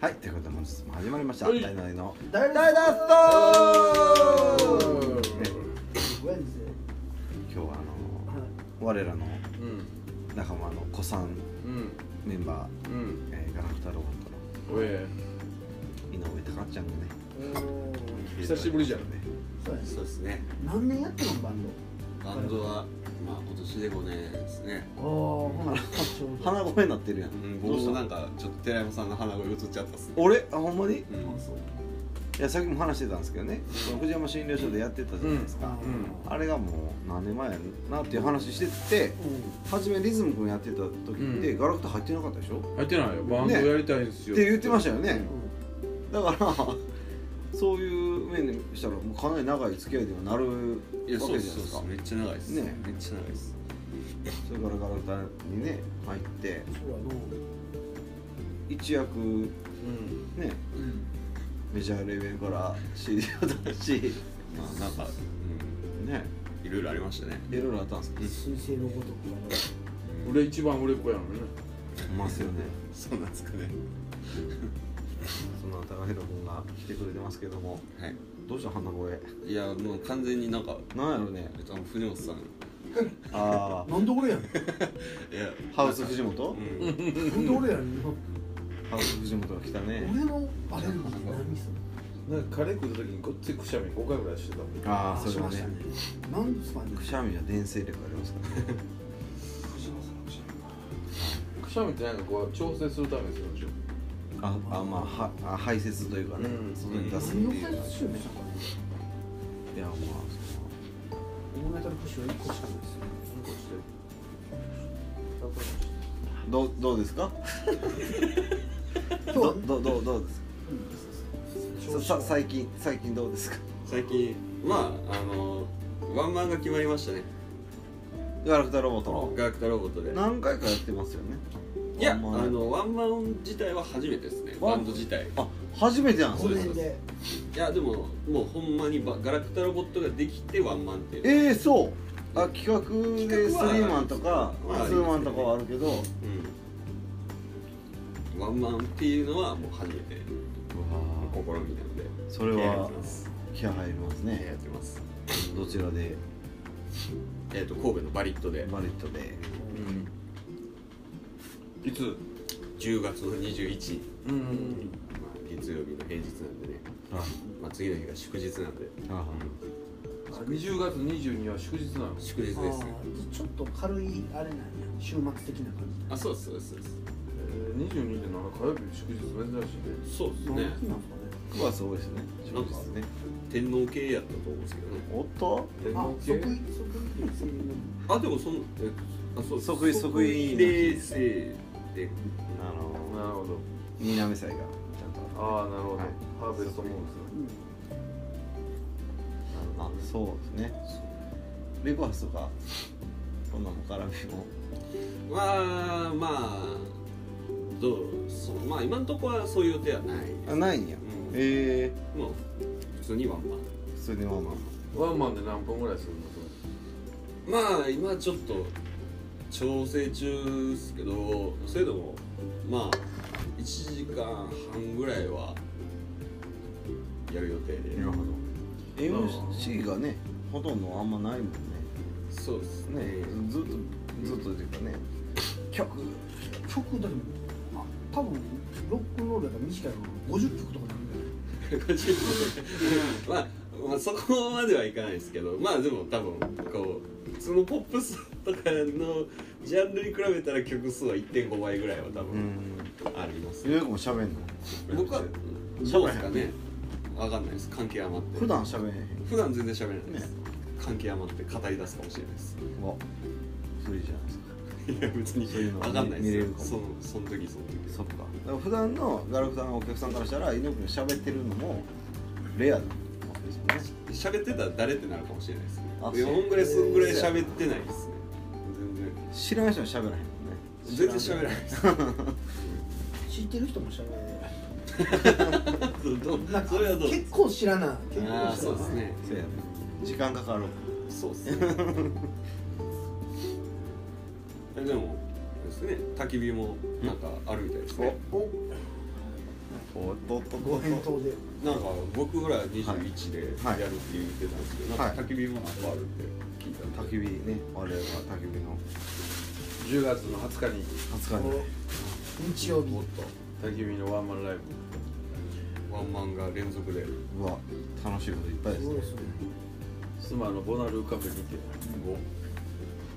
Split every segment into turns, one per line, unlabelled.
はい、ということで本日も始まりました。
はい
大々の
大
大脱走ね
ウェンズデ
今日はあ
ー
の
はい
我らの
うん
仲間の古参
うん
メンバー、
うん
えー、ガラクタロボットの
おえ
井上貴ちゃんがね、
おー
久しぶりじゃん
ね。
そうやね
そうですね。
何年やってんのバン
バンドはまあ今年で5年ですね。
ドおーほなちょうど
鼻声になってるやん。
僕も
どう
な
し
ん
た？
かちょっと寺山さんの鼻声映っちゃったっすね。
俺あほんまに？い
うん
あそう
やさっきも話してたんですけどね、この藤山診療所でやってたじゃないですか。
あー
うん
あれがもう何年前やなっていう話してて、初めリズム君やってた時って
うん
ガラクタ入ってなかったでしょ？っ
入ってないよバンドやりたいんですよ、
て言ってましたよね。
うんうん
だから そういう面でしたらもうかなり長い付き合いにはなる
いや
わ
そ
けじゃないで
うですそうですす
か
めっちゃ長いです。
ね
めっちゃ長いです。
それからガラクタにね入って
そうや
一躍
うん
ね
うん
メジャーレベルから CD を出し
まあなんかう
ね
んいろいろありましたね。
いろいろあったんですけど
な水星のごとく
俺一番売れっ子やのにね
ますよね
そうなんですかね。
そんな高弘君が来てくれてますけども
はい。
どうした鼻声
いやもう完全になんか
なんやろね
えっとあの藤本さん。
あ
なんで俺やねん
いや
あハウス藤本
うん。
なんで俺やねん
ハウス藤本が来たね
俺のアレルギー何する
なんかカレー食った時にごっついくしゃみ5回ぐらいしてたもん
ああ
し
それ
ま
は
した
ね
ねなんですかね
くしゃみは伝染力ありますからね
くしゃみってなんかこう調整するためにするんでしょ
ああまあはあ排泄というかね、
うん
外に出すって
何を
いう
解
か、
説しようとしたんかね
いやまあ
大型の節は1個しかないですよ
うんこしてる
そのどうどうですか
今日
ど
は
どどうどうです
うん
かささ最近最近どうですか
最近まああのワンマンが決まりましたね。
ガラクタロボットの
ガラクタロボットで。
何回かやってますよね
いやあ
ワンマン
のワンマン自体は初めてですね。
ワン
バンド自体。
あ初めてなんです
5
よ
年で
いやでももうほんまにばガラクタロボットができてワンマンっていう
えー、そうあ企画でスリ
企画は
ーマンとか
まあ
ツーマンとかはあるけどうわ
うん、ワンマンっていうのはもう初めて試みなので
それ
気合入っ
は
てます
気合入ります
気合入
ね
ってます
どちらで
えっ、と神戸のバリットで
バレットで
いつ
10月の21日、
う
まあ、月曜日の平日なんでね、
あ
まあ、次の日が祝日なんで
あ
20月22は祝日なの
祝日です
あ
ね
ーちょっと軽いあれなんや週末的な感
あそうですそうですそうです
えー22で7火曜日祝日珍しいね
そうです
じ
ね
何なんですかね
9月多いですね
な
祝
んか
日ね
天皇系やったと思うんですけどね
おっと
天
あ
皇、系
即位即位制の
あでもそのえあそう
即位即位の日
冷静で
あの
なるほど
南祭がちゃんと
ああなるほど、
はい
ハーベストモンス
あそうですねレコハスとかこんなも絡みも
はまあどうそうまあ今のところはそういう予定はないです
あないんや、
うん
ええ
もう普通にワンマ
ー、
ン
それでまあまあ
ワンマンで何分ぐらいするのそれ
まあ今ちょっと調整中ですけどそれでもまあ1時間半ぐらいはやる予定で
なるほど MC がねほとんどあんまないもんね
そうですね
ねずっとずっとというかね曲
曲だけどあ多分ロックンロールだから短いの50曲とかなんだよ
まあ、まあ、そこまではいかないですけどまあでも多分こう普通のポップスとかのジャンルに比べたら曲数は1.5倍ぐらいは多
う
分
ん
あります、
ゆうくんも喋んの
僕は
普
どうですかねわかんないです関係余って
普段喋んへん
普段全然喋らないです、関係余って語り出すかもしれないです
わそれいいじゃ ないですか
いや別に
そういうのは
わかんない
見れ
で
るかも
すそのその時その時
そっかだから普段のガラクタのお客さんからしたら井上くん喋ってるのもレアなわけですよね
喋ってたら誰ってなるかもしれないですね
あ
いや
そう
ほんぐらいすんぐらい喋ってないですね全然
知らない人は喋らへんもんね
全然喋らないです
知ってる人も知らない
どう
なんか
それはどう
結構知らない結構知らない
ああそうですね
そうやね時間かかる
そうですねでもあれですね焚き火もなんかあるみたいですね、
お
おっとっとっと
ご返
っと
答で
なんか僕ら21でやるって言ってたんですけど、
はい
なんか焚き火もなんかあるって聞いたんで、
焚き火ね我々は焚き火の
10月の20日に
20日に
日曜日
もっと
焚き火のワンマンライブ
ワンマンが連続で
うわ楽しいこといっぱいですす
ごい
ね
ですね
スマのボナルーカフェにて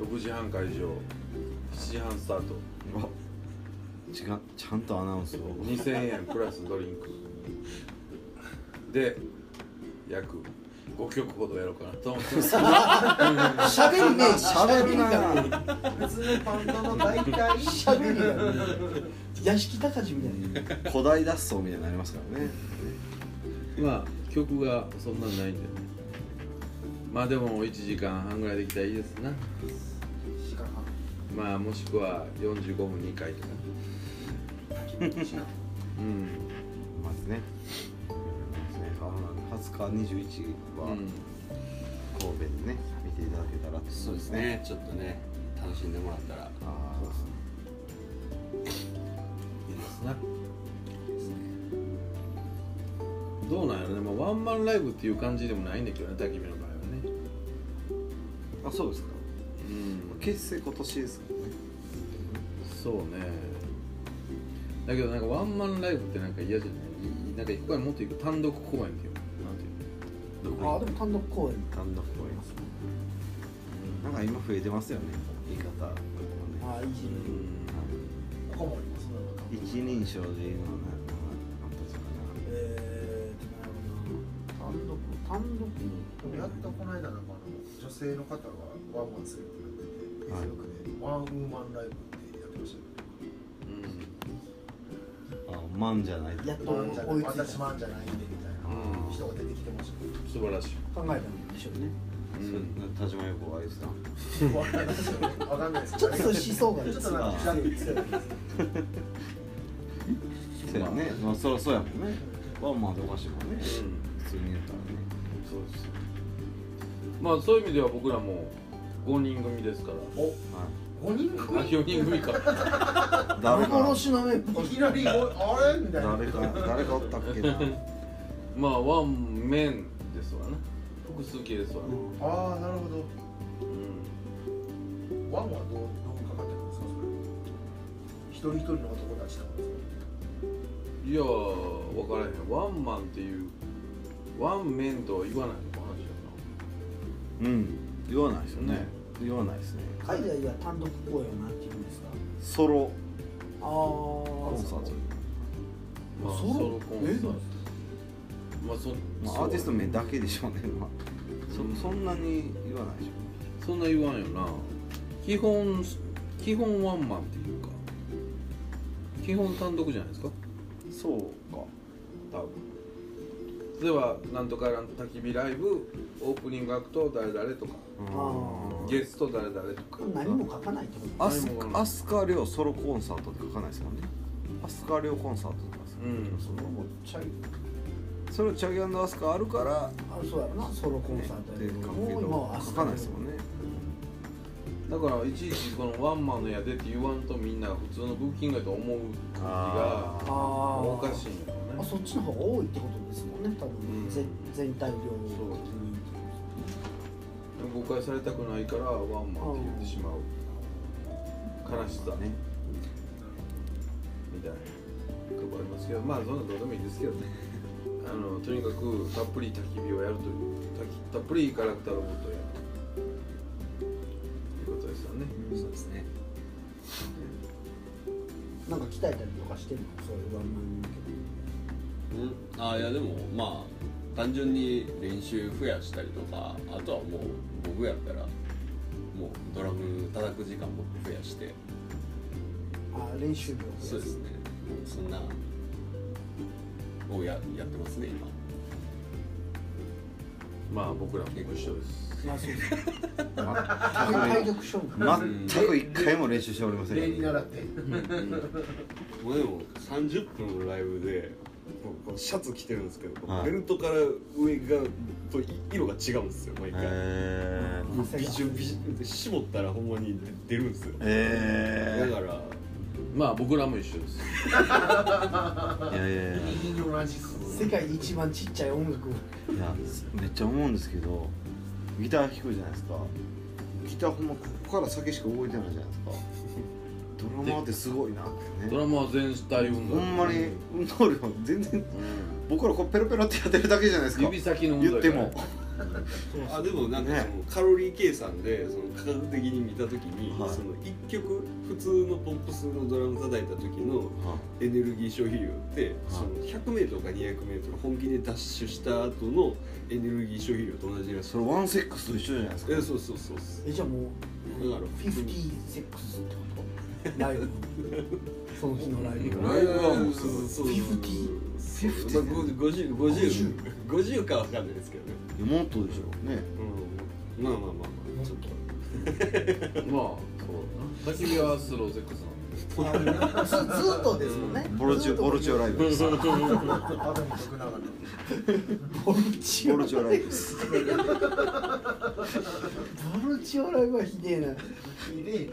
6時半会場7時半スタート
うわちがちゃんとアナウンスを
2000円プラスドリンクで約5曲ほどやろうかなと思ってます
喋りね
喋る
喋
な
普通のパンドの大体
しゃべりがね屋敷隆みたいな
古代脱走みたいになりますからね
まあ曲がそんなにないんでねまあでも1時間半ぐらいできたらいいですな
時間半
まあもしくは45分2回とかうん
まずね20日21は
うん
神戸でね見ていただけたらと思います
そうですねちょっとね楽しんでもらったら
あ
いいですねどうなんやろね、まあ、ワンマンライブっていう感じでもないんだけどね焚き火の場合はね
ーあそうですか
うん
結成今年ですからね
そうねだけどなんかワンマンライブってなんか嫌じゃないいなんか一回もっと行く単独公演っていうのなんていうの
あでも単独公演
単独公演ですねなんか今増えてますよね言い方
あいいじここもありますね
一人称で言うのはななんかあっ
えーとなるほど単独単独
やっとこの間なんかあの女性の方がワンマンするってなってて Facebook でワンウーマンライブってやってましたよ
たかなあマンじゃない
やっと
マンじゃない
追いついた
私マンじゃないんでみたいな
うん、
人が出てきてまし
素晴らしい、
考えたんでしょうね
うん、
田島陽子が言ってたの
たよ。わかんないですよね。わかんないです
ちょっとそういう思想が
ちょっとなんかちらっと言ってたよね
そうやねまあそりゃそうやもんねワンマンでおかしいもんね
うん
普通に言ったらね
そうですまあそういう意味では僕らも5人組ですから
お、五人
あ
組。
4人組か
はい誰か
幻のね
いきなりごあれみたいな。
誰か誰かおったっけ な
まあワンメンですわな複数形ですわな、
ああなるほど。
うん
ワンはどうどうかかってるんですかそれ。一人一人の男たちとかですか。
いやー分からへんワンマンっていうワンメンとは言わないのかなじゃ
うん言わないですよね言わないですね
海外では単独公演はなんて言うんですか
ソロ
ああ
コンサート
あ、まあ、
ソ
ソ
ロ
ロコンサートまあそ
ま
そう
あアーティスト名だけでしょうねまあ
うん
そそんなに言わないでしょ
そんな言わんよな基本基本ワンマンっていうか基本単独じゃないですか
そうか
多分例えばなんとかなんと焚き火ライブオープニングアクト誰々とか
うん
ゲスト誰々とか
何も書かないってこと
アスアスカリョウソロコンサートって書かないですもんねアスカリョウコンサートとかです
う
ね
ん
それもうチャイ
それをチャギアンドアスカあるから
あそうやろなソロコンサート
で
やけど
書
もう今は
書かないですもんね
だからいちいちこのワンマンのやでって言わんとみんな普通のブッキングやと思う感じが
あ
あ
お
あ
かしいんやろ
あ
ね
そっちの方が多いってことですもんね多
うん
分ぜ全体量
そう
的に
誤解されたくないからワンマンって言ってしまう悲しさ
ね
みたいなとこありますけどまあそんなんどうでもいいですけどね あのとにかくたっぷり焚き火をやるというたきたっぷりガラクタロボットをやるということですよね
そうですね
なんか鍛えたりとかしてるのそういうワンマンに向けて
うん、あいやでもまあ単純に練習増やしたりとかあとはもう僕やったらもうドラム叩く時間も増やして
あー練習量
そうですねもうそんなをややってますね今
まあ僕らも一緒です
まあそうです体
全
力勝負
く一回も練習しておりません
例に
からね
習って。
もうでも30分のライブでこうこうシャツ着てるんですけど、こう
はい
ベルトから上がとい色が違うんですよ毎回、
へ
もうビジュビジュで絞ったらほんまに出るんですよ
ええ
だから
まあ僕らも一緒です
いやいやいや
同じっす
世界で一番ちっちゃい音楽を
いやめっちゃ思うんですけどギター弾くじゃないですかギターほんまここから先しか動いてないじゃないですかドラマーってすごいなって
ド
ね
ラマは全体運動
ほんまに運動量全然
うん
僕らこうペロペロってやってるだけじゃないですか
指先の運動
言っても
あでもなんかそのカロリー計算でその科学的に見た時に、
はい
その1曲普通のポップスのドラム叩いた時のエネルギー消費量って、その 100m か 200m 本気でダッシュした後のエネルギー消費量と同じらしい
それワンセックスと一緒じゃないですか
えそうそうそうそう
えじゃあもう
だか
フ
ら
ィフティセックスってことライブその日のライブ
ライブはもうそうそうそう
50
まあ50 50 50かわかんないですけどね、
いやもっとでしょね
うん、まあまあまあま
もうちょっと
まあそうだな焚き火はスローセックス
ずずーっとですもんね
ボルチオボルチオライブですボ
あでも徳永の
ボルチオ
ルチオライブです
ボルチオライブはひでえな
ひでえ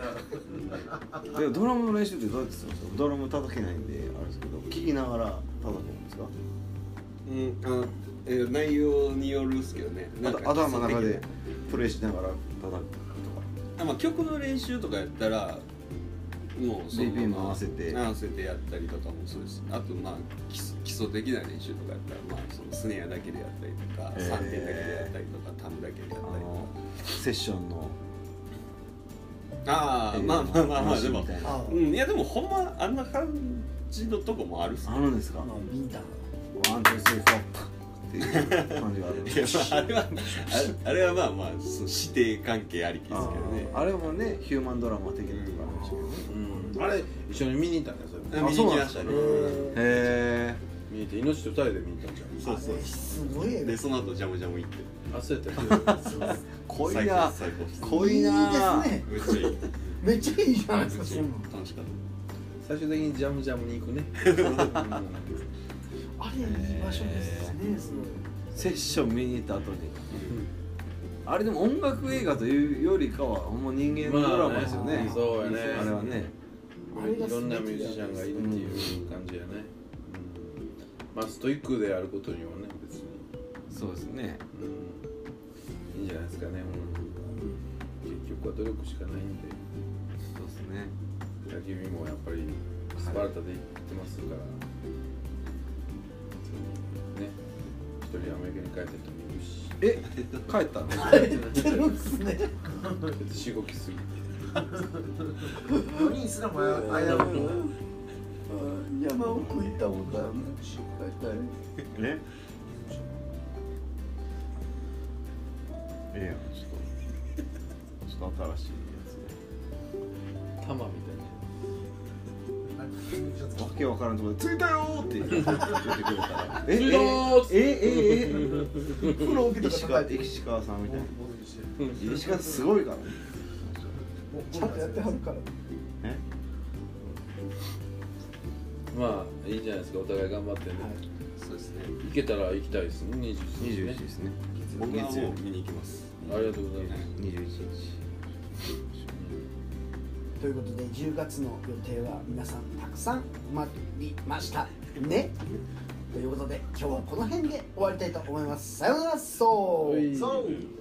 な
でドラムの練習ってどうやってするんですかドラム叩けないんであれですけど聴きながら叩くんですか
あうんあ、えー内容によるっすけどね
あ
なんか
と頭の中
基礎
で
的
プレイしながら叩く
なあ、まあ、曲の練習とかやったらもうそのまま
BPM も合わせて
合わせてやったりとかもそうですあとまあ基礎基礎的な練習とかやったら、まあ、そのスネアだけでやったりとか
へー
3点だけでやったりとかタムだけでやったり
と
と
かあ
か
のセッションの
ああ
えー
まあまあまあまあ
話
で
み
も
たいな
あ
うんいやでもほんまあんな感じのとこもあるっすね
あるんですか
あのビンタの
ワン、ツー、スリー、フォーっていう感じがあるんで
いや
す
まああれはああれはまあまあその師弟関係ありきですけどね
あれもね、ヒューマンドラマ的なとこあるんでしょう
うんあれ一緒に見に行ったんだよそれ
あ見に行きましたね
けどへ
見に行って命と二人で見に行ったんじ
そうそう
すごいよ
でその後ジャムジャム行って
ゃん焦ったけど
え濃いな
最高最高
濃いな
ですね
めっちゃいい
めっちゃいいじゃない
め
です
っ
か
ち
そ
ゃいい
んなん
楽しかっ
最終的にジャムジャムに行くね、
あれいい場所ですねすごい
セッション見に行った後に
う
あれでも音楽映画というよりかはほんま人間
んま
の
あ
ドラマですよね、
そうやね
あれはね
あれが
いろんなミュージシャンがいるっていう感じやね、うん、まあストイックであることにはね別に、
そうですね
うん、いいんじゃないですかね、うん、結局は努力しかないんで
そうですね
焚き火もやっぱりスパルタで行ってますから、ね一人アメリカに帰った人もいるし
え 帰ったの
てるんすね
しごきすぎて
4人すらも危うい
山奥行ったことある
えええやんちょっとちょっと新しい
玉みたいな
ちょっ
やつ
と
わけわからんところで「着いたよ!」って言ってくれた ら「え
着いたよーっつ
ええええええ
風呂置きと
石
か
川
叩いて
石川さんみたいな
ボディしてる
石川さんすごいからね
ちゃんとやってはるから
え
まあいいんじゃないですかお互い頑張ってね、
たそうですね
行けたら行きたいですね21日ね
21ですね
僕は
月曜
もう見に行きます
ありがとうございま
は
す、
21日
ということで10月の予定は皆さんたくさん埋まりましたねということで今日はこの辺で終わりたいと思いますさようならそう
はい
そう